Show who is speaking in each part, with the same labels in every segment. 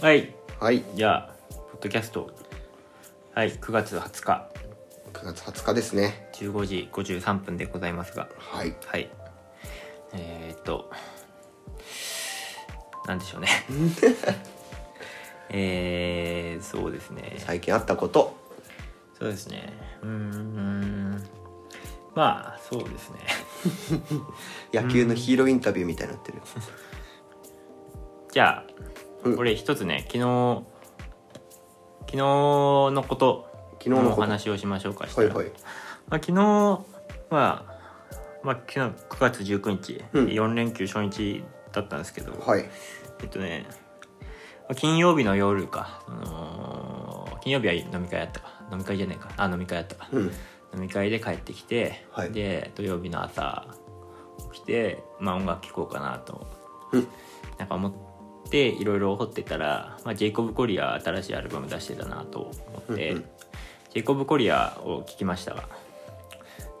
Speaker 1: はい
Speaker 2: はい
Speaker 1: じゃあポッドキャストはい9月20日
Speaker 2: 9月20日ですね
Speaker 1: 15時53分でございますが
Speaker 2: はい
Speaker 1: はいえー、っとなんでしょう ねえー、そうですね
Speaker 2: 最近あったこと
Speaker 1: そうですねうーんまあそうですね
Speaker 2: 野球のヒーローインタビューみたいになってる
Speaker 1: じゃあ
Speaker 2: うん
Speaker 1: 俺一つね昨日昨日のこと
Speaker 2: 昨日の
Speaker 1: お
Speaker 2: こと
Speaker 1: 話をしましょうかした
Speaker 2: はい
Speaker 1: ら
Speaker 2: はい
Speaker 1: まあ、昨日は、まあ、昨日9月19日、
Speaker 2: うん
Speaker 1: 4連休初日だったんですけど、
Speaker 2: はい
Speaker 1: えっとね金曜日の夜か、あのー金曜日は飲み会やったか飲み会じゃないかあ飲み会やったか、
Speaker 2: うん
Speaker 1: 飲み会で帰ってきて、
Speaker 2: はい
Speaker 1: で土曜日の朝起きて、まあ、音楽聴こうかなと、
Speaker 2: うん
Speaker 1: なんか思っていろいろ掘ってたら、まあ、ジェイコブ・コリア新しいアルバム出してたなと思って、
Speaker 2: うんうん
Speaker 1: ジェイコブ・コリアを聴きましたが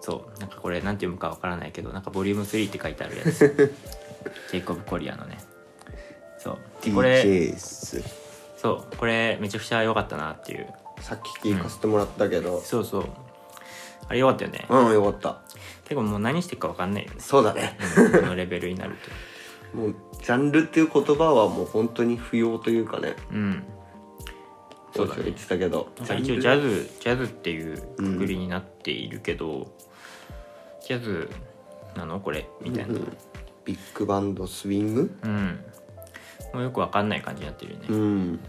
Speaker 1: そうなんかこれなんて読むかわからないけどなんかボリューム3って書いてあるやつ ジェイコブ・コリアのねそうこれ
Speaker 2: DJ っす
Speaker 1: そうこれめちゃくちゃ良かったなっていう
Speaker 2: さっき聞かせてもらったけど
Speaker 1: そうそうあれ良かったよね
Speaker 2: うんよかった
Speaker 1: 結構もう何してるか分かんないよね
Speaker 2: そうだね
Speaker 1: うんこのレベルになる
Speaker 2: もうジャンルっていう言葉はもう本当に不要と いうかね
Speaker 1: とうんそうだね
Speaker 2: 当初言ってたけど
Speaker 1: なんか一応ジャズジャズっていうくくりになっているけど、ジャズなのこれみたいな
Speaker 2: うんビッグバンドスイング
Speaker 1: うんもうよく分かんない感じになってるよね、
Speaker 2: うん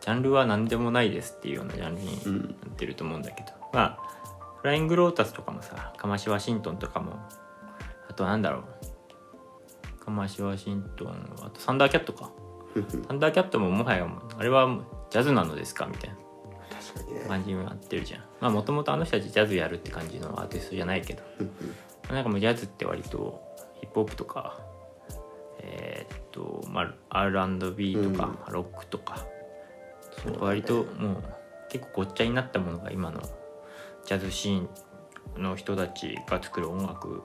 Speaker 1: ジャンルは何でもないですっていうようなジャンルに
Speaker 2: う
Speaker 1: なんってると思うんだけど、まあフライングロータスとかもさカマシワシントンとかもあとなんだろうカマシワシントンあとサンダーキャットか
Speaker 2: ふふ
Speaker 1: サンダーキャットももはやもうあれはもうジャズなのですかみたいな
Speaker 2: 確かにね
Speaker 1: 感じになってるじゃんまあもともとあの人たちジャズやるって感じのアーティストじゃないけどなんかもうジャズって割とヒップホップとかえーっと、まあ、R&B とか、ロックとか
Speaker 2: そうだね
Speaker 1: 割ともう結構ごっちゃになったものが今のジャズシーンの人たちが作る音楽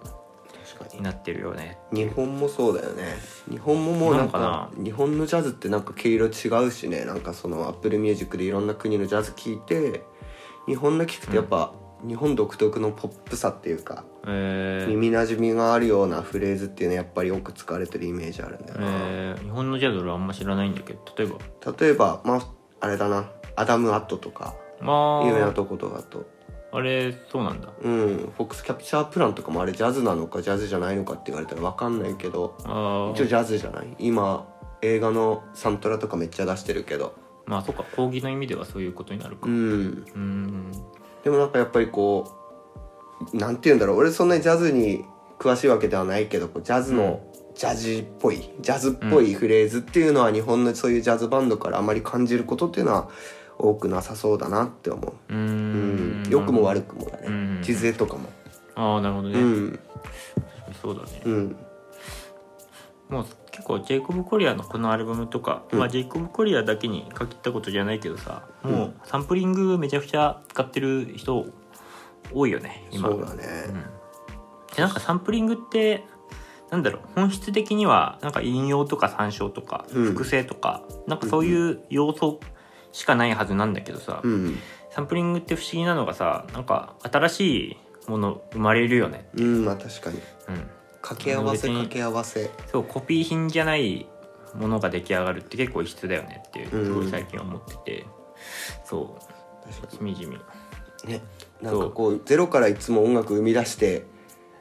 Speaker 2: 確か
Speaker 1: になってるよね
Speaker 2: に日本もそうだよね日本ももうなんか
Speaker 1: なんか
Speaker 2: 日本のジャズってなんか毛色違うしねなんかそのアップルミュージックでいろんな国のジャズ聴いて日本の聴くとやっぱ、日本独特のポップさっていうか
Speaker 1: えー
Speaker 2: 耳なじみがあるようなフレーズっていうのはやっぱりよく使われてるイメージあるんだよな、
Speaker 1: えー日本のジャズ俺あんま知らないんだけど例えば
Speaker 2: 例えばまああれだなアダム・アットとか
Speaker 1: ま
Speaker 2: 有名な
Speaker 1: あ
Speaker 2: とことだと
Speaker 1: あれそうなんだ
Speaker 2: うんフォックスキャプチャープランとかもあれジャズなのかジャズじゃないのかって言われたら分かんないけど
Speaker 1: あ
Speaker 2: 一応
Speaker 1: ー
Speaker 2: ジャズじゃない今映画のサントラとかめっちゃ出してるけど
Speaker 1: まあそっか講義の意味ではそういうことになるか
Speaker 2: うん
Speaker 1: うん
Speaker 2: でもなんかやっぱりこうなんて言うんだろう俺そんなにジャズに詳しいわけではないけどこうジャズのジャジっぽいジャズっぽいフレーズっていうのは日本のそういうジャズバンドからあまり感じることっていうのは多くなさそうだなって思う
Speaker 1: うー
Speaker 2: うん
Speaker 1: ん
Speaker 2: 良くも悪くもだ
Speaker 1: うんうんう
Speaker 2: ね
Speaker 1: ん
Speaker 2: 地図とかも
Speaker 1: ああなるほど
Speaker 2: う
Speaker 1: ね、
Speaker 2: ん
Speaker 1: そうだね
Speaker 2: うん
Speaker 1: もう結構ジェイコブ・コリアのこのアルバムとか、
Speaker 2: うん
Speaker 1: まあ、ジェイコブ・コリアだけに限ったことじゃないけどさ
Speaker 2: うん
Speaker 1: もうサンプリングめちゃくちゃ使ってる人多いよね今
Speaker 2: そうだ
Speaker 1: う
Speaker 2: ね
Speaker 1: んでなんかサンプリングってなんだろう本質的にはなんか引用とか参照とか
Speaker 2: うん
Speaker 1: 複製とか、なんかそういう要素しかないはずなんだけどさ、
Speaker 2: うん
Speaker 1: サンプリングって不思議なのがさなんか新しいもの生まれるよね、
Speaker 2: うんまあ確かに
Speaker 1: うん、
Speaker 2: 掛け合わせ
Speaker 1: 別に
Speaker 2: 掛け合わせ
Speaker 1: そうコピー品じゃないものが出来上がるって結構異質だよねって
Speaker 2: うん
Speaker 1: すごい最近思ってて、そ
Speaker 2: 確か
Speaker 1: うしみじみ
Speaker 2: にねなんかこうゼロからいつも音楽生み出して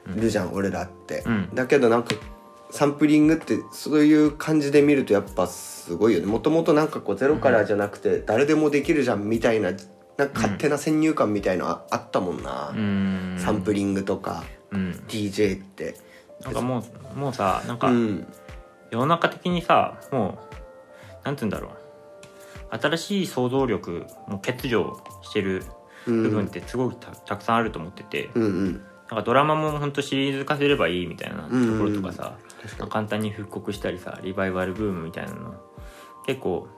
Speaker 2: るじゃん、俺らって、
Speaker 1: うん
Speaker 2: だけどなんかサンプリングってそういう感じで見るとやっぱすごいよねもともとなんかこうゼロからじゃなくて誰でもできるじゃんみたいななんか勝手な先入観みたいのああったもんな
Speaker 1: う、ーん
Speaker 2: サンプリングとか
Speaker 1: うん、
Speaker 2: DJ って
Speaker 1: なんかもうもうさなんか
Speaker 2: うん
Speaker 1: 世の中的にさもうなんて言うんだろう新しい想像力も欠如してる
Speaker 2: うん
Speaker 1: 部分ってすごくた,、たくさんあると思ってて、
Speaker 2: うんうん
Speaker 1: なんかドラマも本当シリーズ化すればいいみたいなところとかさ、
Speaker 2: 確かに
Speaker 1: 簡単に復刻したりさリバイバルブームみたいなの結構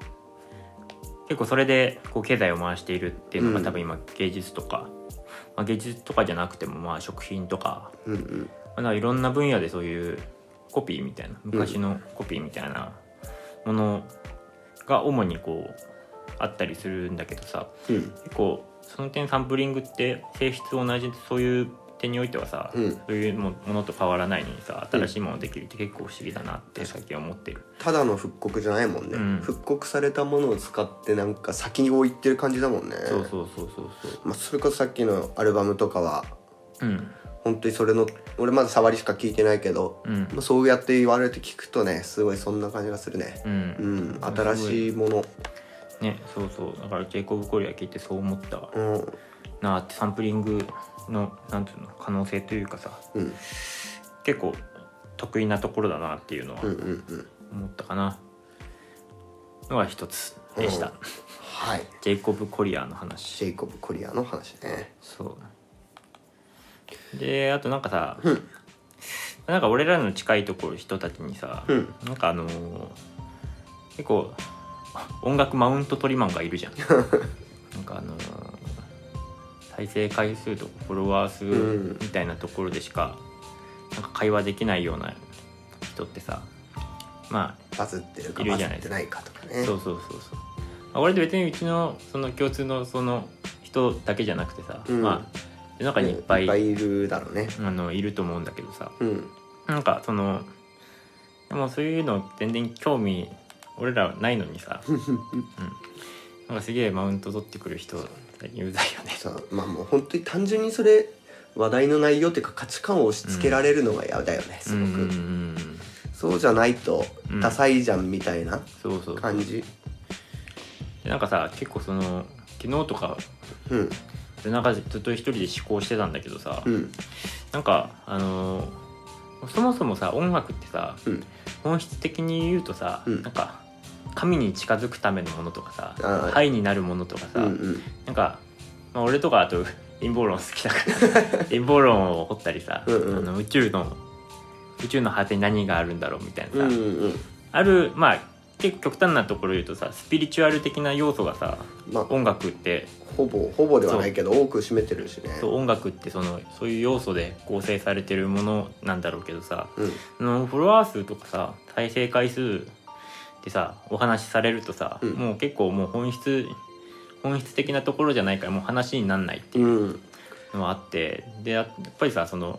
Speaker 1: 結構それでこう経済を回しているっていうのが、
Speaker 2: うん
Speaker 1: 多分今芸術とか、まあ、芸術とかじゃなくてもまあ食品とか,、
Speaker 2: うんうん
Speaker 1: まあ、なんかいろんな分野でそういうコピーみたいな昔のコピーみたいなものが主にこうあったりするんだけどさ
Speaker 2: うん
Speaker 1: 結構その点サンプリングって性質同じそういう点においてはさ、
Speaker 2: うん
Speaker 1: そういうもものと変わらないのにさ新しいものできるって結構不思議だなって最近思ってる
Speaker 2: ただの復刻じゃないもんね、
Speaker 1: うん
Speaker 2: 復刻されたものを使ってなんか先を行ってる感じだもんね
Speaker 1: そうそうそうそうそ
Speaker 2: まあ、それこそさっきのアルバムとかは
Speaker 1: ううん
Speaker 2: 本当にそれの俺まだ触りしか聞いてないけど、
Speaker 1: うん
Speaker 2: まあ、そうやって言われて聞くとねすごいそんな感じがするね
Speaker 1: うん
Speaker 2: うん新しいもの
Speaker 1: ねそうそうだからジェイコブ・コリア聞いてそう思った
Speaker 2: うん
Speaker 1: なあってサンプリングのなんつうの可能性というかさ
Speaker 2: うん
Speaker 1: 結構得意なところだなっていうのは
Speaker 2: うんうんうん
Speaker 1: 思ったかな、のが一つでした、
Speaker 2: うんはい
Speaker 1: ジェイコブ・コリアの話
Speaker 2: ジェイコブ・コリアの話ね
Speaker 1: そうであとなんかさ、なんか俺らの近いところ人たちにさ、
Speaker 2: うん
Speaker 1: なんかあのー結構音楽マウント取りマンがいる じゃんなんかあのー再生回数とかフォロワー数
Speaker 2: うん
Speaker 1: みたいなところでしか、なんか会話できないような人ってさまあ
Speaker 2: バズってるか
Speaker 1: いる
Speaker 2: バ
Speaker 1: じ
Speaker 2: ズ
Speaker 1: ゃない
Speaker 2: ってないかとかね
Speaker 1: そうそうそうそうあ俺と別にうちのその共通のその人だけじゃなくてさ、
Speaker 2: うん
Speaker 1: まあ世の中にいっぱい,、
Speaker 2: いるだろうね
Speaker 1: あのいると思うんだけどさ
Speaker 2: うん
Speaker 1: なんかそのでもそういうの全然興味俺らないのに さ、うん、なんかすげえマウント取ってくる人有罪よね
Speaker 2: そうまあもう本当に単純にそれ話題の内容っていうか価値観を押し付けられるのが嫌だよね、す
Speaker 1: うん
Speaker 2: ご
Speaker 1: うんうん
Speaker 2: く、
Speaker 1: うん
Speaker 2: そうじゃないと
Speaker 1: うん
Speaker 2: ダサいじゃんみたいな
Speaker 1: そうそう
Speaker 2: 感じ
Speaker 1: でなんかさ結構その昨日とか
Speaker 2: うん
Speaker 1: 夜中ずっと一人で思考してたんだけどさ、
Speaker 2: うん
Speaker 1: なんかあのーそもそもさ音楽ってさ
Speaker 2: うん
Speaker 1: 本質的に言うとさ、
Speaker 2: うん
Speaker 1: なんか神に近づくためのものとか
Speaker 2: あ
Speaker 1: さ
Speaker 2: ー
Speaker 1: 愛になるものとかさ、
Speaker 2: うんうん
Speaker 1: なんか、まあ、俺とかあと陰謀論好きだから 陰謀論を掘ったりさ
Speaker 2: うんうん
Speaker 1: あの宇宙の宇宙の果てに何があるんだろうみたいな
Speaker 2: う
Speaker 1: さ、
Speaker 2: んうん
Speaker 1: あるまあ結構極端なところ言うとさスピリチュアル的な要素がさ
Speaker 2: まあ
Speaker 1: 音楽って
Speaker 2: ほぼほぼではないけど多く占めてるしね
Speaker 1: そう音楽ってそのそういう要素で構成されてるものなんだろうけどさ
Speaker 2: うん
Speaker 1: あのフォロワー数とかさ再生回数でさお話しされるとさ、
Speaker 2: うん
Speaker 1: もう結構もう本質本質的なところじゃないからもう話になんないっていう
Speaker 2: うん
Speaker 1: のはあってでややっぱりさその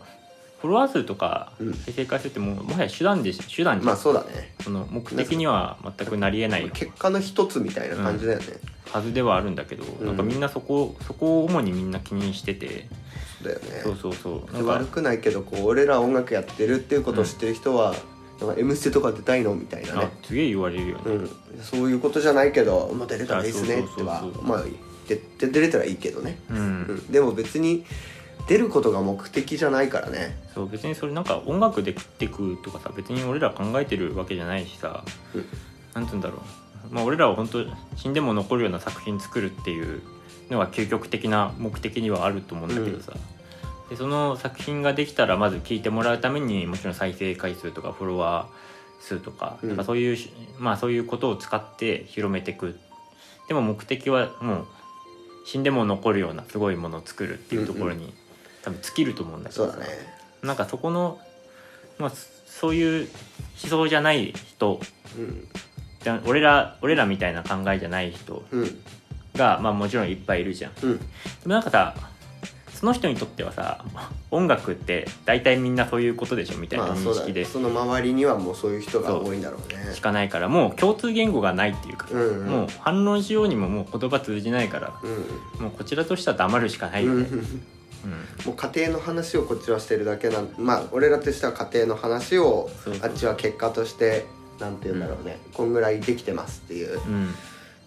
Speaker 1: フォロワー数とか
Speaker 2: うん
Speaker 1: 再生回数ってもうもはや手段でし手段じゃん
Speaker 2: まあそうだね
Speaker 1: その目的には全くなりえない
Speaker 2: 結果の一つみたいな感じだよね、
Speaker 1: はずではあるんだけど、
Speaker 2: ん
Speaker 1: なんかみんなそこそこを主にみんな気にしてて、
Speaker 2: だよね
Speaker 1: そうそうそうなん
Speaker 2: 悪
Speaker 1: か
Speaker 2: くないけどこう俺ら音楽やってるっていうことを知ってる人は「なんか M ステ」とか出たいのみたいな
Speaker 1: あ
Speaker 2: ね、
Speaker 1: すげえ言われるよね、
Speaker 2: うん、そういうことじゃないけど、まあ、出れたらいいですねって
Speaker 1: あ
Speaker 2: は
Speaker 1: そうそうそうそう
Speaker 2: まあでで出れたらいいけどね、
Speaker 1: うん
Speaker 2: うんでも別に出ることが目的じゃないからね、
Speaker 1: そう別にそれなんか音楽で食ってくとかさ別に俺ら考えてるわけじゃないしさ
Speaker 2: うん
Speaker 1: なんて言うんだろうまあ俺らは本当死んでも残るような作品作るっていうのが究極的な目的にはあると思うんだけどさ、でその作品ができたらまず聴いてもらうためにもちろん再生回数とかフォロワー数とか,、
Speaker 2: うん
Speaker 1: なんかそういうしまあそういうことを使って広めていくでも目的はもう死んでも残るようなすごいものを作るっていうところに、多分尽きると思うんだけ
Speaker 2: そ
Speaker 1: ど
Speaker 2: う
Speaker 1: さ
Speaker 2: だね
Speaker 1: なんかそこの、まあ、そそういう思想じゃない人
Speaker 2: うん
Speaker 1: じゃ俺ら俺らみたいな考えじゃない人
Speaker 2: うん
Speaker 1: が、まあ、もちろんいっぱいいるじゃん。で
Speaker 2: うん
Speaker 1: もなんかさその人にとってはさ音楽って大体みんなそういうことでしょみたいな
Speaker 2: まあそ
Speaker 1: 認
Speaker 2: うだ
Speaker 1: 識
Speaker 2: ね
Speaker 1: で
Speaker 2: その周りにはもうそういう人が多いんだろうね
Speaker 1: しかないからもう共通言語がないっていうか、
Speaker 2: うんうん
Speaker 1: もう反論しようにももう言葉通じないから
Speaker 2: うん
Speaker 1: もうこちらとしては黙るしかないよ
Speaker 2: う
Speaker 1: ね。
Speaker 2: んもう家庭の話をこっちはしてるだけなんまあ俺らとしては家庭の話を
Speaker 1: そうそう
Speaker 2: あっちは結果としてなんて言うんだろうね、こんぐらいできてますってい
Speaker 1: う
Speaker 2: う
Speaker 1: んうん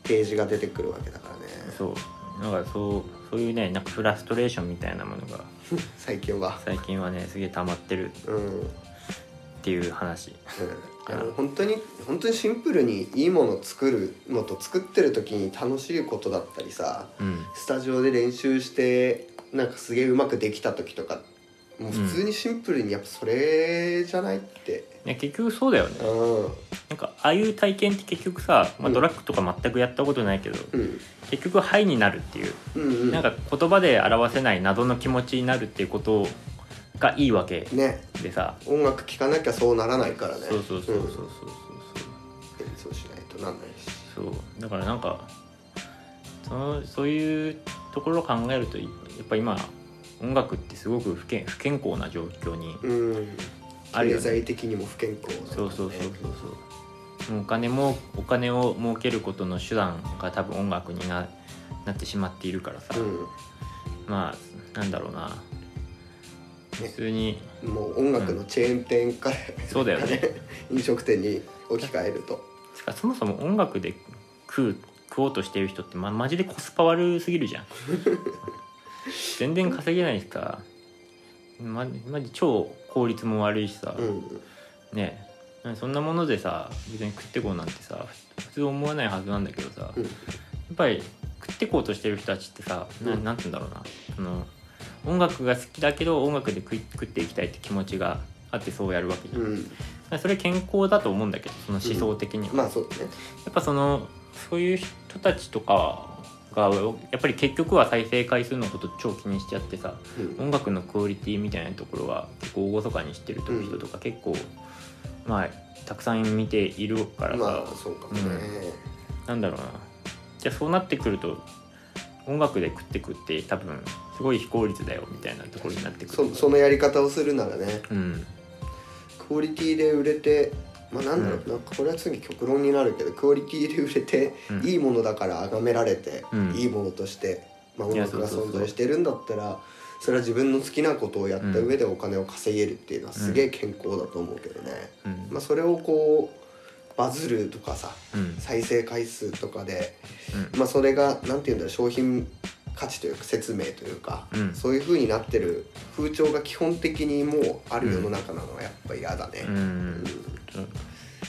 Speaker 2: ページが出てくるわけだからね
Speaker 1: そうなんかそうそういうねなんかフラストレーションみたいなものが
Speaker 2: 最近は
Speaker 1: 最近はねすげえ溜まってるっ
Speaker 2: うん、うん、
Speaker 1: ていう話
Speaker 2: あの本当に本当にシンプルにいいものを作るのと作ってる時に楽しいことだったりさ
Speaker 1: うん
Speaker 2: スタジオで練習してなんかすげえうまくできた時とかもう普通にシンプルにやっぱそれじゃないって
Speaker 1: ね結局そうだよね
Speaker 2: うん
Speaker 1: なんかああいう体験って結局さ、まあ、
Speaker 2: うん
Speaker 1: ドラッグとか全くやったことないけど、
Speaker 2: うん
Speaker 1: 結局「はい」になるっていう、
Speaker 2: うんうん
Speaker 1: なんか言葉で表せない謎の気持ちになるっていうことがいいわけ
Speaker 2: ね
Speaker 1: でさ、
Speaker 2: 音楽聴かなきゃそうならないからね
Speaker 1: そうそうそうそうそうそう
Speaker 2: うん演奏しないとなんないし
Speaker 1: そうだからなんかそのそういうところを考えるとやっぱ今音楽ってすごく不健不健康な状況に
Speaker 2: うん
Speaker 1: あるよ
Speaker 2: 経
Speaker 1: ね
Speaker 2: 済的にも不健康だからね
Speaker 1: そうそうそうそうそうもうお金もお金を儲けることの手段が多分音楽にななってしまっているからさ、まあなんだろうな普通に
Speaker 2: うん、もう音楽のチェーン店から、
Speaker 1: そうだよね
Speaker 2: 飲食店に置き換えると
Speaker 1: つかそもそも音楽で食う食おうとしてる人って、ま、マジでコスパ悪すぎるじゃ ん全然稼げないしさまマジ超効率も悪いしさ、
Speaker 2: うん
Speaker 1: ねそんなものでさ別に食ってこうなんてさ普通思わないはずなんだけどさ、
Speaker 2: うん
Speaker 1: やっぱり食ってこうとしてる人たちってさ、な
Speaker 2: うん
Speaker 1: なんて言うんだろうなその音楽が好きだけど音楽で食い食っていきたいって気持ちがあってそうやるわけじゃん、
Speaker 2: うん
Speaker 1: それ健康だと思うんだけどその思想的には、
Speaker 2: まあそうだね
Speaker 1: やっぱそのそういう人たちとかがやっぱり結局は再生回数のこと超気にしちゃってさ
Speaker 2: うん
Speaker 1: 音楽のクオリティみたいなところは結構厳かにしてる
Speaker 2: うん
Speaker 1: 人とか結構、まあたくさん見ているからさ、
Speaker 2: まあそうかもね、
Speaker 1: なんだろうなじゃあそうなってくると音楽で食って食って多分すごい非効率だよみたいなところになってくる
Speaker 2: そそのやり方をするならね
Speaker 1: うん
Speaker 2: クオリティで売れてまあなんだろう、
Speaker 1: う
Speaker 2: なんかこれは次極論になるけどクオリティで売れて、
Speaker 1: うん
Speaker 2: いいものだから崇められて、
Speaker 1: うん
Speaker 2: いいものとして、まあ、
Speaker 1: い
Speaker 2: 音
Speaker 1: や
Speaker 2: 楽が
Speaker 1: そうそう
Speaker 2: 存
Speaker 1: そう
Speaker 2: 在してるんだったらそれは自分の好きなことをやった上でお金を稼げるっていうのはすげえ健康だと思うけどね、
Speaker 1: うん、
Speaker 2: まあ、それをこうバズるとかさ
Speaker 1: うん
Speaker 2: 再生回数とかで、
Speaker 1: うん
Speaker 2: まあ、それがなんて言うんだろう商品価値というか説明というか、
Speaker 1: うん
Speaker 2: そういう風になってる風潮が基本的にもうある世の中なのはやっぱ嫌だね。
Speaker 1: うん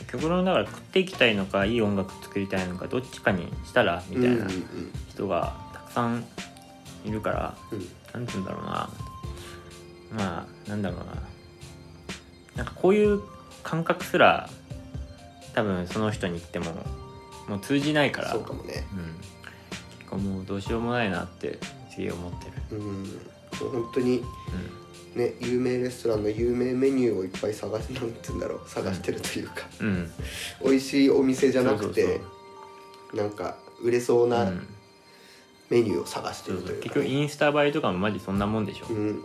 Speaker 1: 極論だから食っていきたいのかいい音楽作りたいのかどっちかにしたらみたいな
Speaker 2: うんうん
Speaker 1: 人がたくさんいるから
Speaker 2: うんうん
Speaker 1: なんて言うんだろうなまあなんだろうななんかこういう感覚すら多分その人に言ってももう通じないから
Speaker 2: そうかもね。
Speaker 1: うん、結構もうどうしようもないなってすげえ思ってる、
Speaker 2: うん、もう本当にね有名レストランの有名メニューをいっぱい探しなんて言うんだろう探してるというか、
Speaker 1: うん、うん、
Speaker 2: 美味しいお店じゃなくて
Speaker 1: そうそう
Speaker 2: なんか売れそう
Speaker 1: そうう
Speaker 2: なんメニューを探して
Speaker 1: そう
Speaker 2: る
Speaker 1: そ
Speaker 2: と
Speaker 1: う
Speaker 2: いう
Speaker 1: 結
Speaker 2: か、
Speaker 1: 局インスタ映えとかもマジそんなもんでしょ、
Speaker 2: うん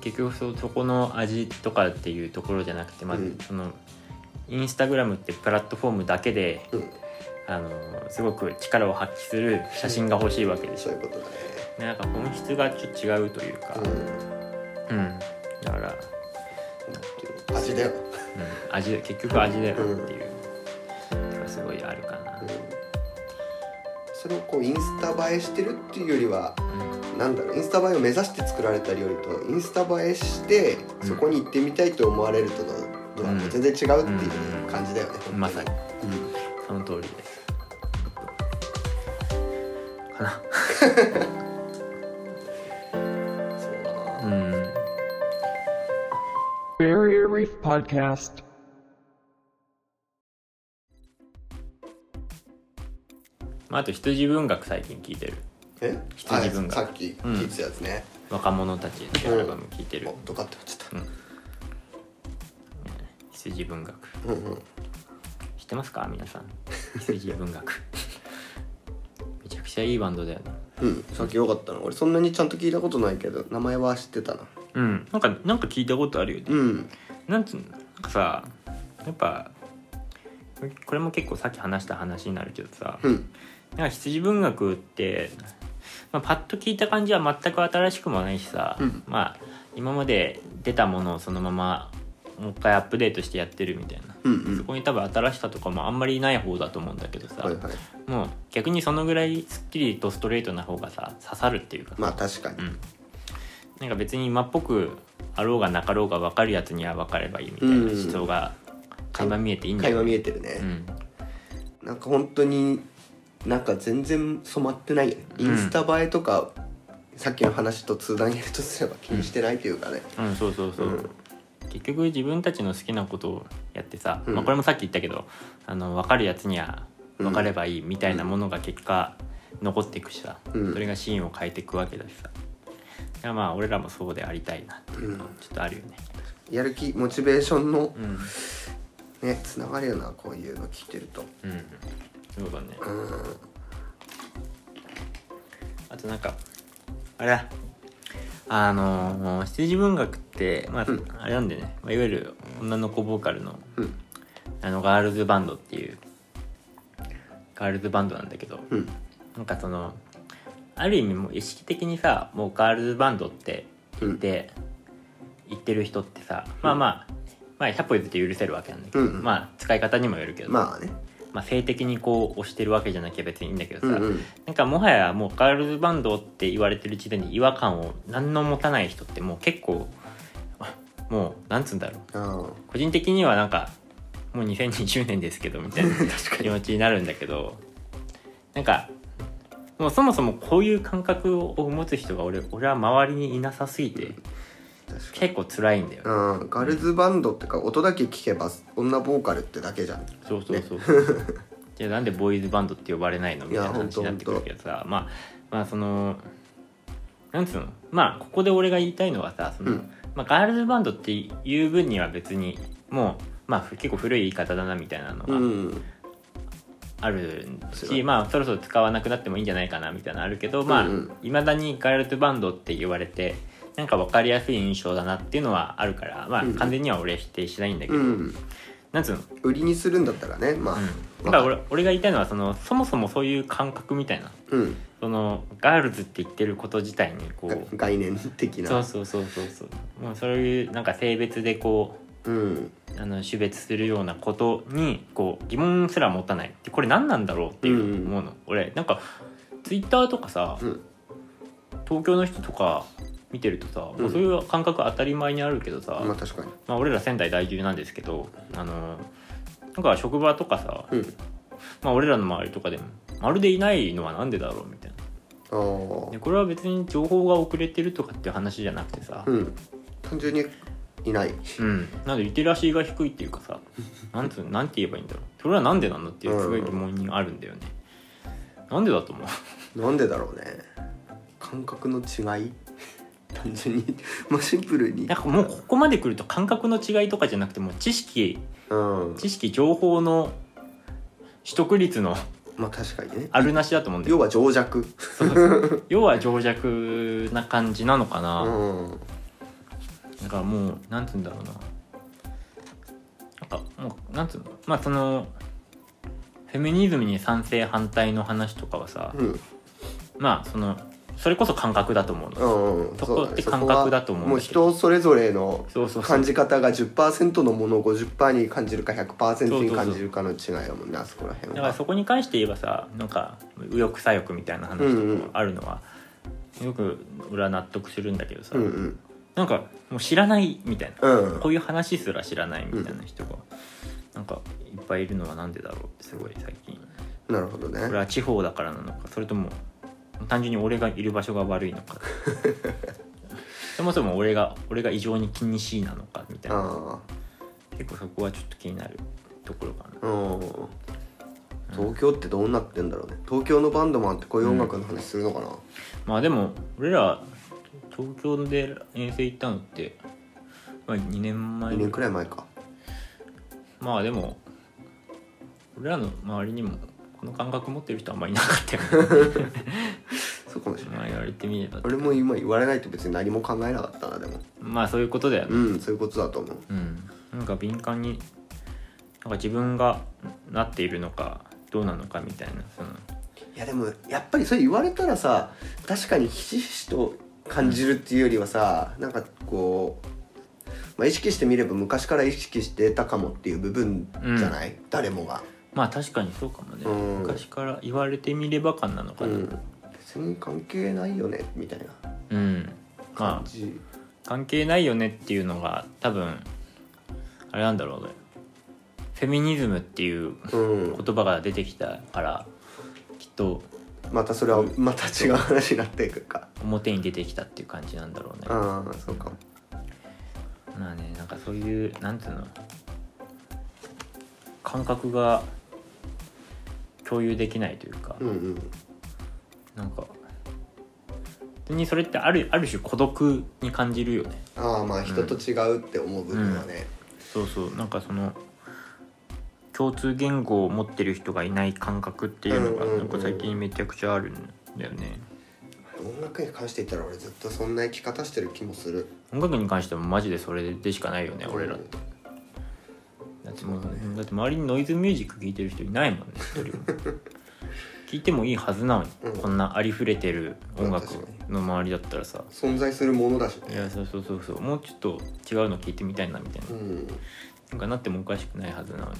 Speaker 1: 結局そそこの味とかっていうところじゃなくてま
Speaker 2: う
Speaker 1: ず
Speaker 2: ん
Speaker 1: その、インスタグラムってプラットフォームだけで
Speaker 2: うん、
Speaker 1: あのすごく力を発揮する写真が欲しいわけでし
Speaker 2: そ
Speaker 1: ょ、
Speaker 2: ういうことだね。
Speaker 1: ねなんか本質がちょっと違うというか、
Speaker 2: うん
Speaker 1: うんだから、
Speaker 2: 味だよ、
Speaker 1: うん、味結局味だよっていう、のがすごいあるかな
Speaker 2: うん、それをこうインスタ映えしてるっていうよりはなんだろうインスタ映えを目指して作られた料理とインスタ映えして
Speaker 1: うん
Speaker 2: そこに行ってみたいと思われるとのとはもう全然違うっていう感じだよね、
Speaker 1: うんまさに
Speaker 2: うん、
Speaker 1: その通りですかな
Speaker 2: そうだな
Speaker 1: うん
Speaker 3: Barrier Reef Podcast.
Speaker 1: まあ、あと羊文学最近聞いてる
Speaker 2: え
Speaker 1: 羊文学
Speaker 2: あさっき聞いてたやつね、
Speaker 1: 若者たちっていうアルバム聞いてる、
Speaker 2: おドカッて落ちた、
Speaker 1: 羊文学
Speaker 2: うんうん、
Speaker 1: 知ってますか皆さん羊文学 めちゃくちゃいいバンドだよね
Speaker 2: うん、さっきよかったな俺そんなにちゃんと聞いたことないけど名前は知ってたな
Speaker 1: うんなんかなんか聞いたことあるよね
Speaker 2: うん
Speaker 1: なんつうのなんかさやっぱこれも結構さっき話した話になるけどさ
Speaker 2: うん
Speaker 1: なんか羊文学って、まあ、パッと聞いた感じは全く新しくもないしさ、
Speaker 2: うん
Speaker 1: まあ今まで出たものをそのままもう一回アップデートしてやってるみたいな、
Speaker 2: うんうん
Speaker 1: そこに多分新しさとかもあんまりない方だと思うんだけどさ、
Speaker 2: はいはい
Speaker 1: もう逆にそのぐらいすっきりとストレートな方がさ刺さるっていうか、
Speaker 2: まあ確かに、
Speaker 1: うん、なんか別に今っぽくあろうがなかろうが分かるやつには分かればいいみたいな
Speaker 2: うん
Speaker 1: 思想が垣間見えていいんだ
Speaker 2: 会
Speaker 1: よ、
Speaker 2: 話見えてるね、
Speaker 1: うん、
Speaker 2: なんか本当になんか全然染まってないよね
Speaker 1: うん
Speaker 2: インスタ映えとか、さっきの話と通談やるとすれば気にしてないというかね、
Speaker 1: うん、そうそうそう、
Speaker 2: うん
Speaker 1: 結局自分たちの好きなことをやってさ、
Speaker 2: うん
Speaker 1: まあ、これもさっき言ったけどあの分かるやつには分かればいいみたいなものが結果残っていくしさ、
Speaker 2: うん
Speaker 1: それがシーンを変えていくわけだしさだからまあ俺らもそうでありたいなっていうのはちょっとあるよね、
Speaker 2: やる気モチベーションの
Speaker 1: うん
Speaker 2: ねつながるよなこういうの聞いてると
Speaker 1: うんそうだねあとなんかあれだあのー羊文学って、まああれなんでね、まあ、いわゆる女の子ボーカルの,、
Speaker 2: うん
Speaker 1: あのガールズバンドっていうガールズバンドなんだけど、
Speaker 2: うん
Speaker 1: なんかそのある意味もう意識的にさもうガールズバンドって言って、言ってる人ってさまあまあ、まあ100歩譲って許せるわけなんだけど、
Speaker 2: うんうん
Speaker 1: まあ使い方にもよるけど、
Speaker 2: まあね
Speaker 1: まあ、性的にこう押してるわけじゃなきゃ別にいいんだけどさ、
Speaker 2: うんうん
Speaker 1: なんかもはやもうガールズバンドって言われてる時点で違和感を何の持たない人ってもう結構あもうなんつうんだろう
Speaker 2: あ
Speaker 1: 個人的にはなんかもう2020年ですけどみ たいな気持ちになるんだけどなんかもうそもそもこういう感覚を持つ人が俺俺は周りにいなさすぎて
Speaker 2: あ確かに
Speaker 1: 結構辛いんだよ、ね
Speaker 2: うんガールズバンドってか音だけ聞けば女ボーカルってだけじゃん
Speaker 1: そうそうそうそう じゃあなんでボーイズバンドって呼ばれないのみたいない
Speaker 2: やほん
Speaker 1: 話
Speaker 2: と
Speaker 1: になってくるけどさまあまあそのなんつうのまあここで俺が言いたいのはさその、
Speaker 2: うん
Speaker 1: まあ、ガールズバンドっていう分には別にもうまあふ結構古い言い方だなみたいなの
Speaker 2: う
Speaker 1: が
Speaker 2: ん
Speaker 1: あるし、
Speaker 2: そう
Speaker 1: まあそろそろ使わなくなってもいいんじゃないかなみたいなのあるけどまあい
Speaker 2: うん
Speaker 1: ま、
Speaker 2: うん
Speaker 1: 未だにガールズバンドって言われてなんか分かりやすい印象だなっていうのはあるからまあ
Speaker 2: うん
Speaker 1: 完全には俺は否定しないんだけ
Speaker 2: う
Speaker 1: ど、
Speaker 2: ん
Speaker 1: なんつうの
Speaker 2: 売りにするんだったらねまあ、
Speaker 1: うん、だから俺俺が言いたいのはそのそもそもそういう感覚みたいな
Speaker 2: うん
Speaker 1: そのガールズって言ってること自体にこう
Speaker 2: 概念的な
Speaker 1: そうそうそうそうそうもうそういうなんか性別でこ
Speaker 2: うん
Speaker 1: うあの種別するようなことにこう疑問すら持たないってこれ何なんだろうって
Speaker 2: うん
Speaker 1: いう
Speaker 2: うん
Speaker 1: 思うの、俺なんかツイッターとかさ、
Speaker 2: うん
Speaker 1: 東京の人とか見てるとさ、もうそういう感覚当たり前にあるけどさ、
Speaker 2: まあ確かに
Speaker 1: まあ、俺ら仙台在住なんですけどあのなんか職場とかさ、
Speaker 2: うん
Speaker 1: まあ、俺らの周りとかでもまるでいないのはなんでだろうみたいな
Speaker 2: あ
Speaker 1: で
Speaker 2: あ
Speaker 1: これは別に情報が遅れてるとかっていう話じゃなくてさ、
Speaker 2: うん単純にいない
Speaker 1: うんなんでリテラシーが低いっていうかさ なんつうなんて言えばいいんだろうそれはなんでなんだっていうすごい疑問にあるんだよね、なんでだと思う
Speaker 2: なんでだろうね感覚の違い単純に まあシンプルに
Speaker 1: なんかもうここまで来ると感覚の違いとかじゃなくてもう知識
Speaker 2: うん
Speaker 1: 知識情報の取得率の
Speaker 2: まあ確かにね
Speaker 1: あるなしだと思うんだよ
Speaker 2: 要は情弱
Speaker 1: 要は情弱な感じなのかな、
Speaker 2: うん
Speaker 1: だからもうなんつうんだろうななんかもうなんつうのまあそのフェミニズムに賛成反対の話とかはさ、
Speaker 2: うん
Speaker 1: まあそのそれこそ感覚だと思うの、
Speaker 2: うんうん
Speaker 1: そこ
Speaker 2: うだ
Speaker 1: って
Speaker 2: そは
Speaker 1: 感覚だと思うん
Speaker 2: もう
Speaker 1: だけど
Speaker 2: 人それぞれの
Speaker 1: そうそうそう
Speaker 2: 感じ方が10%のものを50%に感じるか100%に感じるかの違いだもんねあそこら辺
Speaker 1: だから
Speaker 2: は
Speaker 1: そこに関して言えばさなんか右翼左翼みたいな話とかがあるのは、よく俺は納得するんだけどさ、
Speaker 2: うんうん
Speaker 1: なんかもう知らないみたいな、
Speaker 2: うん
Speaker 1: こういう話すら知らないみたいな人が、なんかいっぱいいるのはなんでだろうってすごい最近
Speaker 2: なるほどね
Speaker 1: これは地方だからなのかそれとも単純に俺がいる場所が悪いの かそもそも俺が俺が異常に気にしいなのかみたいな
Speaker 2: あ
Speaker 1: 結構そこはちょっと気になるところかな
Speaker 2: あうん東京ってどうなってんだろうね東京のバンドマンってこういう音楽の話するのかな
Speaker 1: まあでも俺ら東京で遠征行ったのって、まあ、2年前
Speaker 2: 2年くらい前か
Speaker 1: まあでも俺らの周りにもこの感覚持ってる人あんまりいなかった よね
Speaker 2: そうかもしれない
Speaker 1: まあ言われてみれば
Speaker 2: 俺も今言われないと別に何も考えなかったなでも
Speaker 1: まあそういうことだよね
Speaker 2: うんそういうことだと思う
Speaker 1: うん、なんか敏感になんか自分がなっているのかどうなのかみたいなその
Speaker 2: いやでもやっぱりそれ言われたらさ確かにひしひしと感じるっていうよりはさなんかこう、まあ、意識してみれば昔から意識してたかもっていう部分じゃない、誰もが、
Speaker 1: まあ確かにそうかもね、
Speaker 2: うん
Speaker 1: 昔から言われてみれば感なのか
Speaker 2: う
Speaker 1: な、
Speaker 2: ん、別に関係ないよねみたいな
Speaker 1: うん
Speaker 2: 感
Speaker 1: まあ
Speaker 2: じ、
Speaker 1: 関係ないよねっていうのが多分あれなんだろうねフェミニズムっていう
Speaker 2: うん、
Speaker 1: 言葉が出てきたからきっと
Speaker 2: またそれはまた違う話になっていくか
Speaker 1: 表に出てきたっていう感じなんだろうね、
Speaker 2: ああそうかも
Speaker 1: まあねなんかそういうなんていうの感覚が共有できないというか、
Speaker 2: うんうん
Speaker 1: なんか普通にそれってあるある種孤独に感じるよね
Speaker 2: ああまあ人と違うって思う部分はね
Speaker 1: そうそうなんかその共通言語を持ってる人がいない感覚っていうのが
Speaker 2: うんうんうん
Speaker 1: なんか最近めちゃくちゃあるんだよね
Speaker 2: 音楽に関して言ったら俺ずっとそんな生き方してる気もする
Speaker 1: 音楽に関してもマジでそれでしかないよね俺らってだってもうだって周りにノイズミュージック聴いてる人いない もんね一人も聞いてもいいはずなのに、
Speaker 2: うん
Speaker 1: こんなありふれてる音楽
Speaker 2: うん確か
Speaker 1: の周りだったらさ
Speaker 2: 存在するものだし
Speaker 1: い
Speaker 2: ね
Speaker 1: やそうそうそうそうもうちょっと違うの聞いてみたいなみたいな
Speaker 2: うん
Speaker 1: なんかなってもおかしくないはずなのに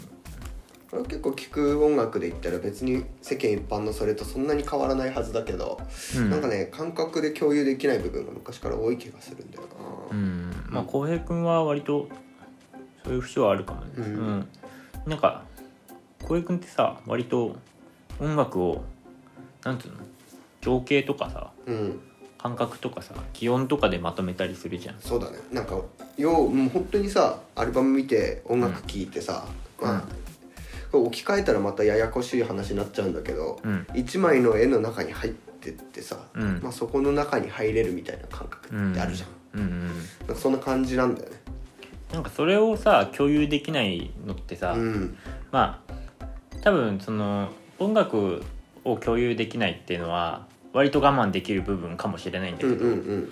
Speaker 2: 俺は結構聴く音楽で言ったら別に世間一般のそれとそんなに変わらないはずだけど、
Speaker 1: うん
Speaker 2: なんかね感覚で共有できない部分が昔から多い気がするんだよ
Speaker 1: う
Speaker 2: な、
Speaker 1: んまあ
Speaker 2: うん
Speaker 1: 浩平君は割とそういう節はあるかもね、
Speaker 2: うん
Speaker 1: うんなんか浩平君ってさ割と音楽をなんつうの情景とかさ
Speaker 2: うん
Speaker 1: 感覚とかさ気温とかでまとめたりするじゃん
Speaker 2: そうだねなんかようもう本当にさアルバム見て音楽聴いてさ、
Speaker 1: うん
Speaker 2: まあこれ置き換えたらまたややこしい話になっちゃうんだけど、
Speaker 1: うん
Speaker 2: 一枚の絵の中に入ってってさ、
Speaker 1: うん
Speaker 2: まあ、そこの中に入れるみたいな感覚ってあるじゃん、
Speaker 1: うんうん
Speaker 2: なんかそんな感じなんだよね
Speaker 1: なんかそれをさ共有できないのってさ、
Speaker 2: うん
Speaker 1: まあ多分その音楽を共有できないっていうのは割と我慢できる部分かもしれないんだけ
Speaker 2: うん
Speaker 1: ど、
Speaker 2: うんうんい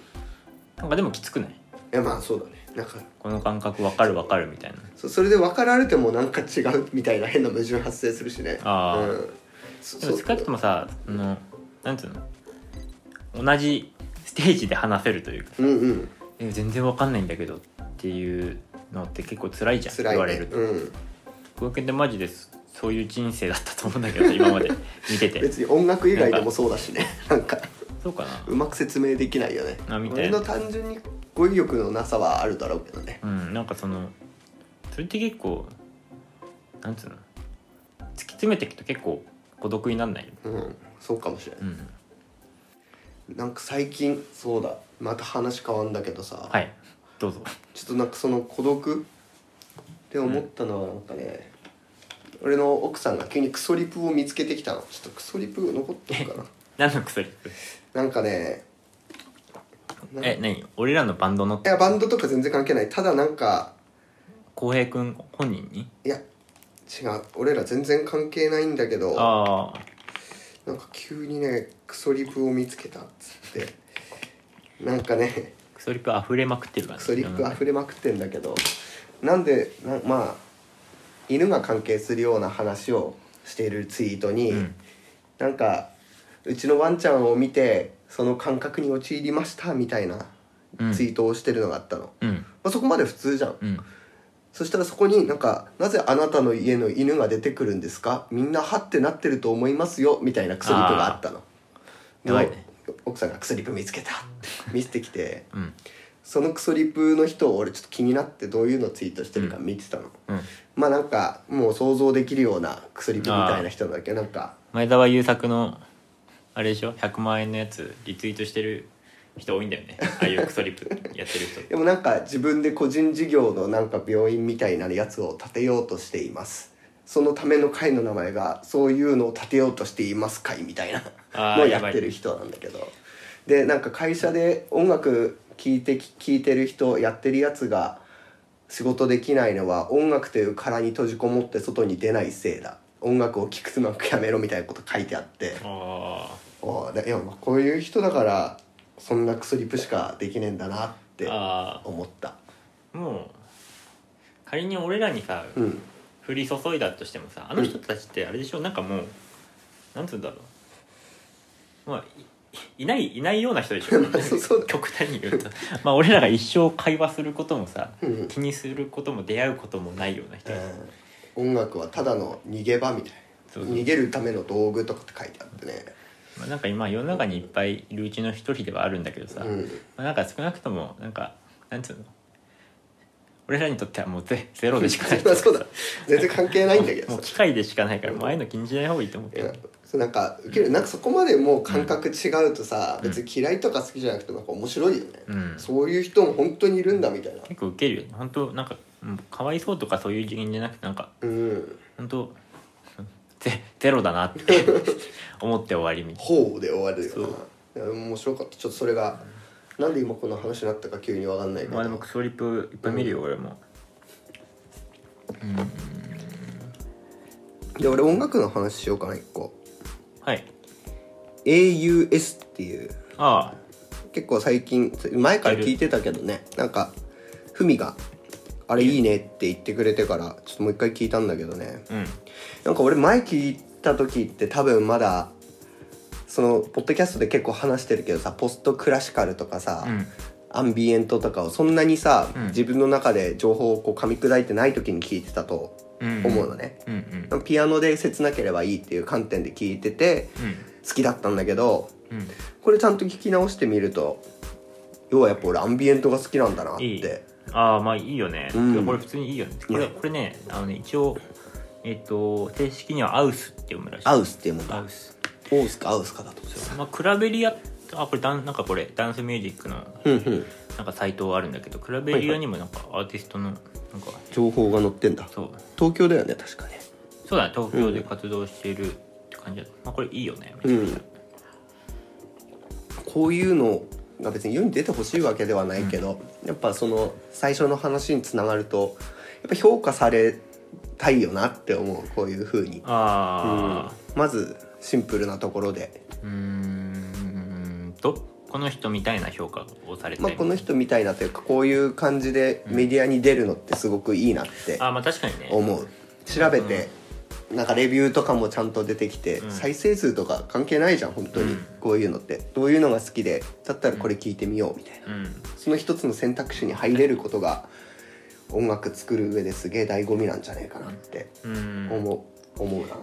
Speaker 1: なんかでもきつくない
Speaker 2: やまあそうだねなんか
Speaker 1: この感覚わかるわかるみたいな
Speaker 2: そそれで分かられてもなんか違うみたいな変な矛盾発生するしね
Speaker 1: あー
Speaker 2: うん、そ
Speaker 1: でも少なくともさあのなんつうの同じステージで話せるというか
Speaker 2: うんうん
Speaker 1: え全然わかんないんだけどっていうのって結構辛いじゃん、
Speaker 2: 辛い、ね、
Speaker 1: 言われると
Speaker 2: うん、
Speaker 1: 小池ってマジですそういう人生だったと思うんだけど今まで見て て
Speaker 2: 別に音楽以外でもそうだしねなんか
Speaker 1: そうか
Speaker 2: うまく説明できないよね
Speaker 1: なみた
Speaker 2: 俺
Speaker 1: い
Speaker 2: の
Speaker 1: な
Speaker 2: 単純に語彙力のなさはあるだろうけどね
Speaker 1: うんなんかそのそれって結構なんつうの突き詰めていくと結構孤独になんない
Speaker 2: うんそうかもしれな
Speaker 1: う
Speaker 2: い、
Speaker 1: ん
Speaker 2: なんか最近そうだまた話変わんだけどさ、
Speaker 1: はいどうぞ
Speaker 2: ちょっとなんかその孤独って思ったのはなんかね、俺の奥さんが急にクソリプを見つけてきたのちょっとクソリプ残っとくか な
Speaker 1: 何の薬
Speaker 2: なんかねなん
Speaker 1: え何俺らのバンドの
Speaker 2: いやバンドとか全然関係ないただなんか
Speaker 1: 浩平君本人に
Speaker 2: いや違う俺ら全然関係ないんだけど
Speaker 1: ああ
Speaker 2: なんか急にねクソリプを見つけたっつってなんかね
Speaker 1: クソリップ溢れまくってるから
Speaker 2: クソリプ溢れまくってんだけどなんでなまあ犬が関係するような話をしているツイートに、
Speaker 1: うん
Speaker 2: なんかうちのワンちゃんを見てその感覚に陥りましたみたいな
Speaker 1: うん
Speaker 2: ツイートをしてるのがあったの、
Speaker 1: うん
Speaker 2: まあ、そこまで普通じゃん
Speaker 1: うん
Speaker 2: そしたらそこになんか「なぜあなたの家の犬が出てくるんですかみんなハってなってると思いますよ」みたいなクソリプがあったの。で
Speaker 1: 怖いね
Speaker 2: 奥さんがクソリプ見つけたって見せてきて
Speaker 1: うん
Speaker 2: そのクソリプの人を俺ちょっと気になってどういうのツイートしてるか見てたの、
Speaker 1: うん
Speaker 2: まあなんかもう想像できるようなクソリプみたいな人なんだけどなんか
Speaker 1: 前澤友作のあれでしょ100万円のやつリツイートしてる人多いんだよねああいうクソリップやってる 人
Speaker 2: でもなんか自分で個人事業のなんか病院みたいなやつを建てようとしていますそのための会の名前がそういうのを建てようとしています会みたいな
Speaker 1: あー
Speaker 2: のを
Speaker 1: や
Speaker 2: や
Speaker 1: ばい
Speaker 2: ってる人なんだけどでなんか会社で音楽聴いて聴いてる人やってるやつが仕事できないのは音楽という殻に閉じこもって外に出ないせいだ音楽を聴くのくやめろみたいなこと書いてあって
Speaker 1: あ
Speaker 2: おーでいやまあこういう人だからそんなクソリプしかできねえんだなって
Speaker 1: ーあ
Speaker 2: 思った。
Speaker 1: ーもう仮に俺らにさ
Speaker 2: うん
Speaker 1: 降り注いだとしてもさあの人たちってあれでしょなんかもうなんつうんだろうまあいい ないいないような人でしょ
Speaker 2: まあそうそうだ
Speaker 1: 極端に言うとまあ俺らが一生会話することもさ
Speaker 2: うん
Speaker 1: 気にすることも出会うこともないような人、
Speaker 2: うん、音楽はただの逃げ場みたい
Speaker 1: そう
Speaker 2: な
Speaker 1: そう
Speaker 2: 逃げるための道具とかって書いてあってね
Speaker 1: まあ、なんか今世の中にいっぱいいるうちの一人ではあるんだけどさ、
Speaker 2: うん
Speaker 1: まあ、なんか少なくともなんかなんつうの俺らにとってはもうゼゼロでしかない
Speaker 2: まあ そうだ全然関係ないんだけ ど
Speaker 1: もう
Speaker 2: さ
Speaker 1: 機械でしかないからもうああいうの気にしない方がいいと思う
Speaker 2: い
Speaker 1: けど
Speaker 2: やそうなんか受けるなんかそこまでもう感覚違うとさ、別に嫌いとか好きじゃなくてなんか面白いよね、
Speaker 1: うん
Speaker 2: そういう人も本当にいるんだみたいな
Speaker 1: 結構ウケるよね本当なんかうんかわいそうとかそういう次元じゃなくてなんか
Speaker 2: うん
Speaker 1: 本当 ゼゼロだなって 思って終わりみたい
Speaker 2: ほうで終わるよ
Speaker 1: そう
Speaker 2: な面白かったちょっとそれがなんで今この話になったか急に分かんないけ
Speaker 1: な
Speaker 2: ど、
Speaker 1: まあでもクソリップいっぱい見るよ俺も
Speaker 2: で俺音楽の話しようかな一個
Speaker 1: はい。
Speaker 2: AUS っていう
Speaker 1: あ
Speaker 2: 結構最近前から聞いてたけどねなんかふみが「あれいいね」って言ってくれてからちょっともう一回聞いたんだけどね
Speaker 1: あ、うん。
Speaker 2: なんか俺前聞いた時って多分まだそのポッドキャストで結構話してるけどさポストクラシカルとかさ、
Speaker 1: うん。
Speaker 2: アンビエントとかをそんなにさ、
Speaker 1: うん
Speaker 2: 自分の中で情報をこう噛み砕いてない時に聞いてたと
Speaker 1: うん。
Speaker 2: 思うのね、
Speaker 1: うんうん。
Speaker 2: ピアノで切なければいいっていう観点で聞いてて好きだったんだけど
Speaker 1: うん。うん。
Speaker 2: これちゃんと聞き直してみると要はやっぱ俺アンビエントが好きなんだなって
Speaker 1: いいああ、まあいいよね。
Speaker 2: うん
Speaker 1: てかこれ普通にいいよね。これ、
Speaker 2: ね
Speaker 1: これね、あのね、一応、えっと、正式にはアウスって読むらしい。
Speaker 2: アウスっていうもん
Speaker 1: ア
Speaker 2: だ
Speaker 1: ウス。
Speaker 2: オウスかアウスかだと思う
Speaker 1: まあ、クラベリア、あ、これダン、なんかこれ、ダンスミュージックの、
Speaker 2: うんうん
Speaker 1: なんかサイトあるんだけど、クラベリアにもなんかアーティストの、なんか、
Speaker 2: 情報が載ってんだ
Speaker 1: そう、
Speaker 2: 東京だよね確かね
Speaker 1: そうだね、東京で活動しているって感じだ。まあこれいいよね。
Speaker 2: うんこういうのが別に世に出てほしいわけではないけど、やっぱその最初の話につながるとやっぱ評価されたいよなって思うこういうふうに、うん
Speaker 1: ああ、
Speaker 2: まずシンプルなところで、
Speaker 1: うーんとこの人みたいな評価をされて、
Speaker 2: まあ、この人みたいなというかこういう感じでメディアに出るのってすごくいいなって
Speaker 1: あまあ確かにね
Speaker 2: 思う調べて、なんかレビューとかもちゃんと出てきて、
Speaker 1: うん
Speaker 2: 再生数とか関係ないじゃん本当に、
Speaker 1: うん
Speaker 2: こういうのってどういうのが好きでだったらこれ聞いてみようみたいな。
Speaker 1: うん
Speaker 2: その一つの選択肢に入れることが音楽作る上ですげえ醍醐味なんじゃないかなって
Speaker 1: うん
Speaker 2: 思う思うな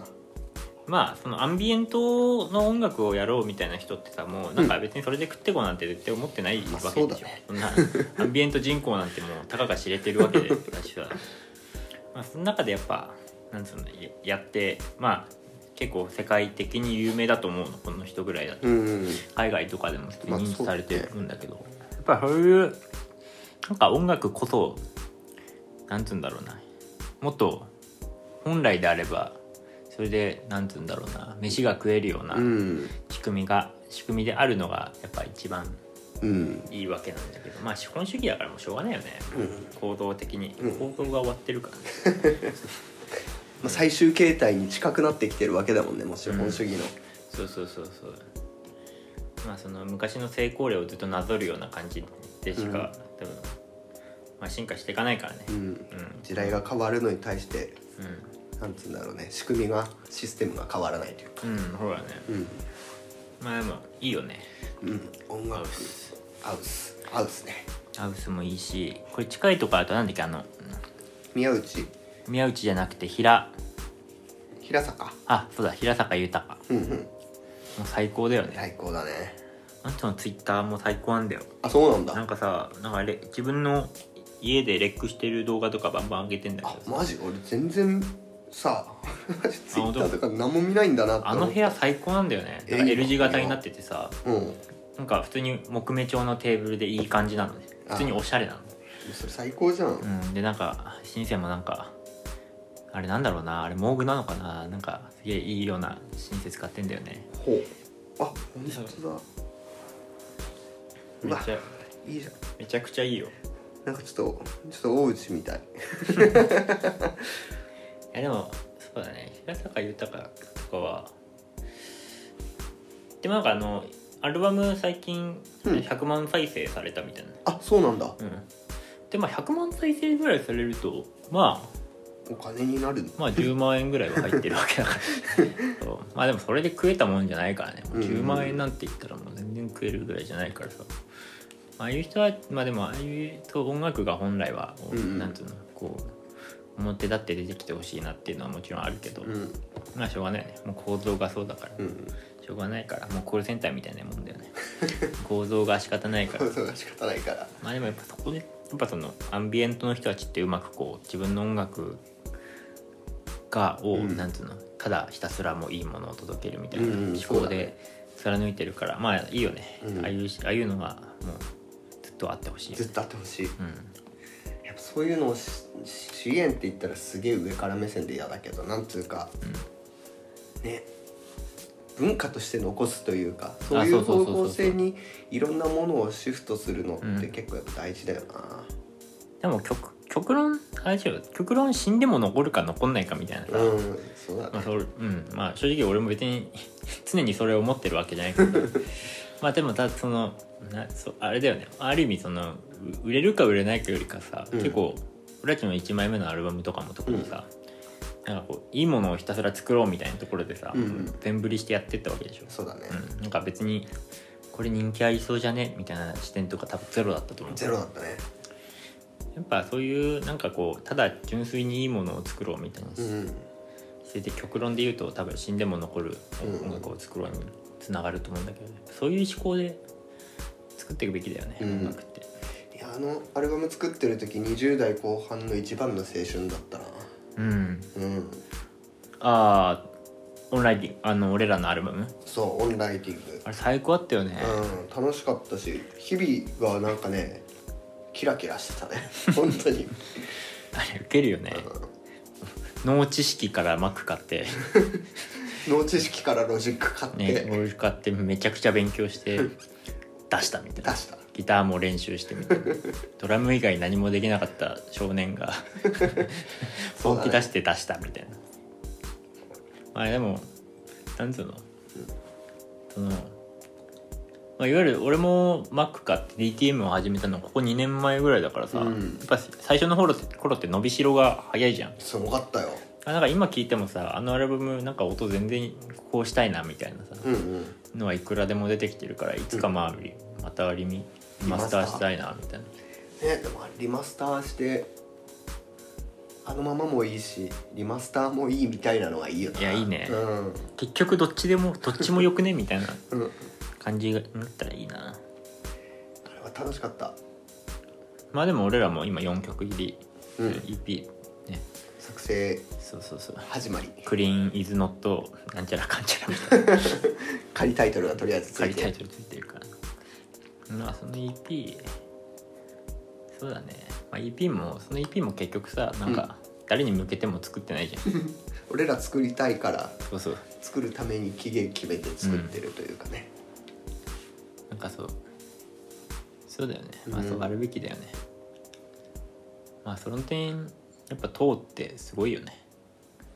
Speaker 1: まあそのアンビエントの音楽をやろうみたいな人ってさもうなんか別にそれで食ってこうなんて絶対思ってないわけ
Speaker 2: ま
Speaker 1: で
Speaker 2: あ
Speaker 1: しょ、
Speaker 2: そうだね
Speaker 1: そんな アンビエント人口なんてもうたかが知れてるわけでだ しさ、まあ、その中でやっぱなんつうのややってまあ結構世界的に有名だと思うのこの人ぐらいだと
Speaker 2: うん
Speaker 1: 海外とかでも普通に
Speaker 2: まあ
Speaker 1: 認知されて
Speaker 2: そう
Speaker 1: るんだけど、やっぱそういうなんか音楽こそなんつうんだろうなもっと本来であればそれでなんつうんだろうな飯が食えるような
Speaker 2: うん
Speaker 1: 仕組みが、仕組みであるのがやっぱ一番
Speaker 2: うん
Speaker 1: いいわけなんだけどまあ資本主義だからもうしょうがないよね、行動的に行動が終わってるからね、
Speaker 2: まあ、最終形態に近くなってきてるわけだもんねもし
Speaker 1: うん
Speaker 2: 本主義の、
Speaker 1: そうそうそうそうまあその昔の成功例をずっとなぞるような感じでしか、多分、まあ、進化していかないからね
Speaker 2: うん
Speaker 1: うん
Speaker 2: 時代が変わるのに対して
Speaker 1: う
Speaker 2: なんつうんだろうね仕組みがシステムが変わらないというか
Speaker 1: ん、うん、ほらね
Speaker 2: うん、
Speaker 1: まあでもいいよね
Speaker 2: うん、音
Speaker 1: アウ
Speaker 2: 楽
Speaker 1: ス
Speaker 2: アウスアウスね
Speaker 1: アウスもいいしこれ近いとこあとなんだっけあの
Speaker 2: 宮内
Speaker 1: 宮内じゃなくて平
Speaker 2: 平坂
Speaker 1: あそうだ平坂豊も
Speaker 2: うんうん
Speaker 1: う最高だよね
Speaker 2: 最高だね
Speaker 1: あんたのツイッターも最高なんだよ
Speaker 2: あそうなん
Speaker 1: なん
Speaker 2: だ
Speaker 1: かさなんかレ自分の家でレックしてる動画とかバンバン上げてんだ
Speaker 2: あ
Speaker 1: けどさ
Speaker 2: マジ俺全然さ ツイッ
Speaker 1: 本
Speaker 2: ター
Speaker 1: 当
Speaker 2: とか何も見ないんだなって
Speaker 1: あの部屋最高なんだよねなんか
Speaker 2: え
Speaker 1: L 字型になっててさ
Speaker 2: うん
Speaker 1: なんか普通に木目調のテーブルでいい感じなのね普通におしゃれなの
Speaker 2: それ最高じゃん、
Speaker 1: うん、でなんかシンセもなんかあれなんだろうなあれモーグなのかななんかすげえいいようなシンセ使ってんだよね
Speaker 2: ほうあ本当だう
Speaker 1: め
Speaker 2: わ
Speaker 1: ちゃ
Speaker 2: いいじゃん
Speaker 1: めちゃくちゃいいよ
Speaker 2: なんかちょっとちょっと大内みたい
Speaker 1: いやでもそうだね平坂豊とかはでもなんかあのアルバム最近
Speaker 2: うん
Speaker 1: 100万再生されたみたいな、
Speaker 2: あそうなんだ
Speaker 1: うんでまあ100万再生ぐらいされるとまあ
Speaker 2: お金になる
Speaker 1: まあ10万円ぐらいは入ってるわけだから そうまあでもそれで食えたもんじゃないからねもう10万円なんて言ったらもう全然食えるぐらいじゃないからさああいう人はまあでもああいうと音楽が本来は、
Speaker 2: うんうん
Speaker 1: なんつうのこう表立って出てきてほしいなっていうのはもちろんあるけど、
Speaker 2: うん
Speaker 1: まあしょうがないよねもう構造がそうだから、
Speaker 2: うん
Speaker 1: しょうがないからもうコールセンターみたいなもんだよ ね構造が仕方ないから
Speaker 2: そうが仕方ないから
Speaker 1: まあでもやっぱそこでやっぱそのアンビエントの人たちってうまくこう自分の音楽がを、
Speaker 2: うん
Speaker 1: なんつうのただひたすらもういいものを届けるみたいな
Speaker 2: うんうん
Speaker 1: 思
Speaker 2: そう
Speaker 1: 考
Speaker 2: だね
Speaker 1: で貫いてるから、まあいいよね、
Speaker 2: うん
Speaker 1: ああいうしああいうのがもうずっとあってほしいよ
Speaker 2: ずっとあってほしい
Speaker 1: うん
Speaker 2: やっぱそういうのをし支援って言ったらすげえ上から目線で嫌だけどなんつうか、ね文化として残すというかそういう
Speaker 1: あそうそう
Speaker 2: 方
Speaker 1: そうそう
Speaker 2: 向性にいろんなものをシフトするのっ
Speaker 1: う
Speaker 2: て
Speaker 1: ん
Speaker 2: 結構やっぱ大事だよ
Speaker 1: で
Speaker 2: な、
Speaker 1: も曲極論あれでしょ極論死んでも残るか残んないかみたいなさ、
Speaker 2: うんそうだ
Speaker 1: まあ
Speaker 2: ね
Speaker 1: それうんまあ、正直俺も別に 常にそれを思ってるわけじゃないけ どまあでもただそのなそあれだよねある意味そのう売れるか売れないかよりかさ、
Speaker 2: うん
Speaker 1: 結構俺たちの1枚目のアルバムとかも特にさ、なんかこういいものをひたすら作ろうみたいなところでさ、
Speaker 2: うんうん
Speaker 1: 全振りしてやってったわけでしょ、
Speaker 2: そうだね、
Speaker 1: うん、なんか別にこれ人気ありそうじゃねみたいな視点とか多分ゼロだったと思う
Speaker 2: ゼロだったね
Speaker 1: やっぱそういうなんかこうただ純粋にいいものを作ろうみたいな
Speaker 2: うん
Speaker 1: それで極論で言うと多分死んでも残る
Speaker 2: うん
Speaker 1: 音楽を作ろうにつながると思うんだけど、そういう思考で作っていくべきだよね、
Speaker 2: うん
Speaker 1: 音楽って
Speaker 2: いやあのアルバム作ってる時20代後半の一番の青春だったな
Speaker 1: うん
Speaker 2: うん
Speaker 1: ああオンラインあの俺らのアルバム
Speaker 2: そうオンライティング
Speaker 1: あれ最高だったよね、
Speaker 2: うん楽しかったし日々がなんかねキラキラして たね本当に
Speaker 1: あれウケるよね、脳知識からマック買って
Speaker 2: 脳知識からロジック買って、
Speaker 1: ね俺買ってめちゃくちゃ勉強して出したみたいな
Speaker 2: 出した
Speaker 1: ギターも練習してみ たいなドラム以外何もできなかった少年が
Speaker 2: そう
Speaker 1: 本
Speaker 2: だね
Speaker 1: 気出して出したみたいな、まあでもなんつうの、その、まあ、いわゆる俺も Mac 買って DTM を始めたのここ2年前ぐらいだからさ、
Speaker 2: うん
Speaker 1: やっぱ最初の頃って頃って伸びしろが早いじゃん
Speaker 2: すごかったよ
Speaker 1: あなんか今聞いてもさあのアルバムなんか音全然こうしたいなみたいなさ、
Speaker 2: うんうん
Speaker 1: のはいくらでも出てきてるからいつかまあ、またリミマスターしたいなみたいな
Speaker 2: ねでもリマスターしてあのままもいいしリマスターもいいみたいなのはいいよない
Speaker 1: いやいいね
Speaker 2: うん
Speaker 1: 結局どっちでもどっちもよくねみたいな
Speaker 2: うん、
Speaker 1: 感じがなったらいいな
Speaker 2: あれは楽しかった
Speaker 1: まあでも俺らも今4曲入り、
Speaker 2: うん
Speaker 1: EP ね
Speaker 2: 作成
Speaker 1: そうそうそう
Speaker 2: 始まり
Speaker 1: 「クリーン・イズ・ノット・なんちゃらかんちゃら」みたいな
Speaker 2: 仮タイトルがとりあえずつい
Speaker 1: 仮タ
Speaker 2: て
Speaker 1: イトルついてるからまあその EP そうだね、まあ、EP もその EP も結局さなんか誰に向けても作ってないじゃん
Speaker 2: 俺ら作りたいから
Speaker 1: そうそう
Speaker 2: 作るために期限決めて作ってるというかね、
Speaker 1: なんかそうそうだよねまあ
Speaker 2: うん
Speaker 1: そうあるべきだよね、まあその点やっぱ党ってすごいよね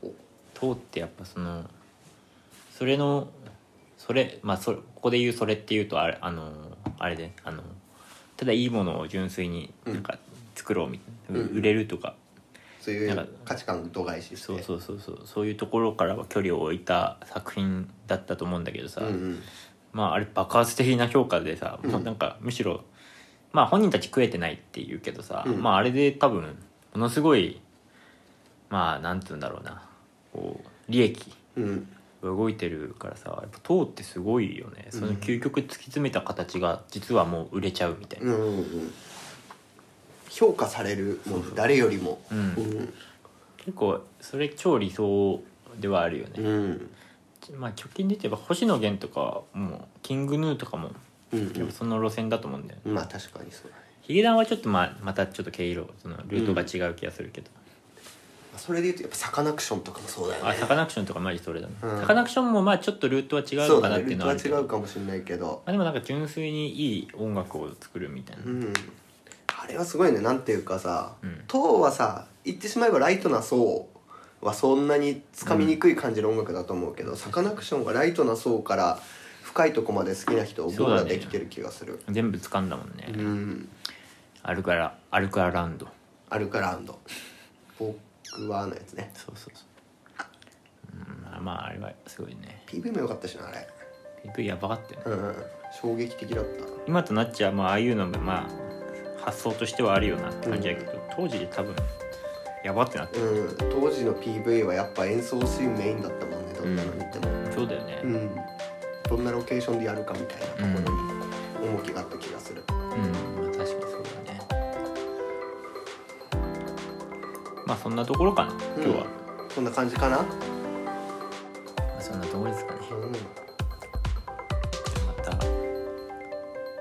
Speaker 2: お
Speaker 1: 党ってやっぱそのそれのそれまあそここで言うそれっていうとあれあのあれであのただいいものを純粋になんか作ろうみたいな、
Speaker 2: うん
Speaker 1: 売れるとか
Speaker 2: そうい
Speaker 1: なん
Speaker 2: う
Speaker 1: か
Speaker 2: 価値観度外視して
Speaker 1: そうそうそうそうそういうところからは距離を置いた作品だったと思うんだけどさ、
Speaker 2: うんうん
Speaker 1: まああれ爆発的な評価でさ、
Speaker 2: うん
Speaker 1: もうなんかむしろまあ本人たち食えてないって言うけどさ、
Speaker 2: うん
Speaker 1: まああれで多分ものすごいまあなんて言うんだろうなこう利益
Speaker 2: うん
Speaker 1: が動いてるからさやっぱ糖ってすごいよねその究極突き詰めた形が実はもう売れちゃうみたいな、
Speaker 2: うんうんうん評価されるもん誰よりも
Speaker 1: うん
Speaker 2: うん
Speaker 1: 結構それ超理想ではあるよね、
Speaker 2: うん
Speaker 1: まあ直近で言えば星野源とかもうキングヌーとかも
Speaker 2: うん
Speaker 1: やっぱその路線だと思うんだよね、
Speaker 2: うんまあ確かにそうだね
Speaker 1: ヒゲダンはちょっとまあまたちょっと毛色そのルートが違う気がするけど、
Speaker 2: それでいうとやっぱサカナクションとかもそうだよ
Speaker 1: あ
Speaker 2: ね
Speaker 1: サカナクションとかマジそれだね、
Speaker 2: うん
Speaker 1: サカナクションもまあちょっとルートは違う
Speaker 2: そ
Speaker 1: の
Speaker 2: う
Speaker 1: か
Speaker 2: だ
Speaker 1: なって
Speaker 2: ねル
Speaker 1: いうの
Speaker 2: ート
Speaker 1: は
Speaker 2: は
Speaker 1: あるけ
Speaker 2: 違
Speaker 1: ど
Speaker 2: うかもしれないけど
Speaker 1: まあ、でもなんか純粋にいい音楽を作るみたいな、
Speaker 2: うんあれはすごいねなんていうかさ
Speaker 1: うん
Speaker 2: 当はさ言ってしまえばライトな層はそんなにつかみにくい感じの音楽だと思うけどサカナクションがライトな層から深いとこまで好きな人を
Speaker 1: そう
Speaker 2: 僕
Speaker 1: だね
Speaker 2: らできてる気がする
Speaker 1: 全部掴んだもんね、
Speaker 2: うん
Speaker 1: アルカラアルカラウンド
Speaker 2: アルカラウンド僕はのやつね
Speaker 1: そうそうそう、うん、まあまああれはすごいね
Speaker 2: PV も良かったしなあれ
Speaker 1: PV やばかったよね、
Speaker 2: うんうん衝撃的だっ
Speaker 1: 今となっちゃまあああいうのもまあ発想としてはあるよなって感じだけど、当時で多分やばってなったて
Speaker 2: うん当時の PV はやっぱ演奏シーンメインだったもんねどんなの見ても
Speaker 1: そうだよね、
Speaker 2: うん、どんなロケーションでやるかみたいなところに重きがあった気がする
Speaker 1: うん、まあ、確かにそうだねまあそんなところかな今日は、
Speaker 2: そんな感じかな
Speaker 1: まあそんなところですかね
Speaker 2: う
Speaker 1: ま
Speaker 2: ん
Speaker 1: た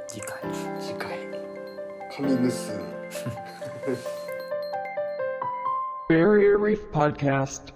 Speaker 1: 次回
Speaker 2: 次回カミングスーン
Speaker 3: Barrier Reef Podcast.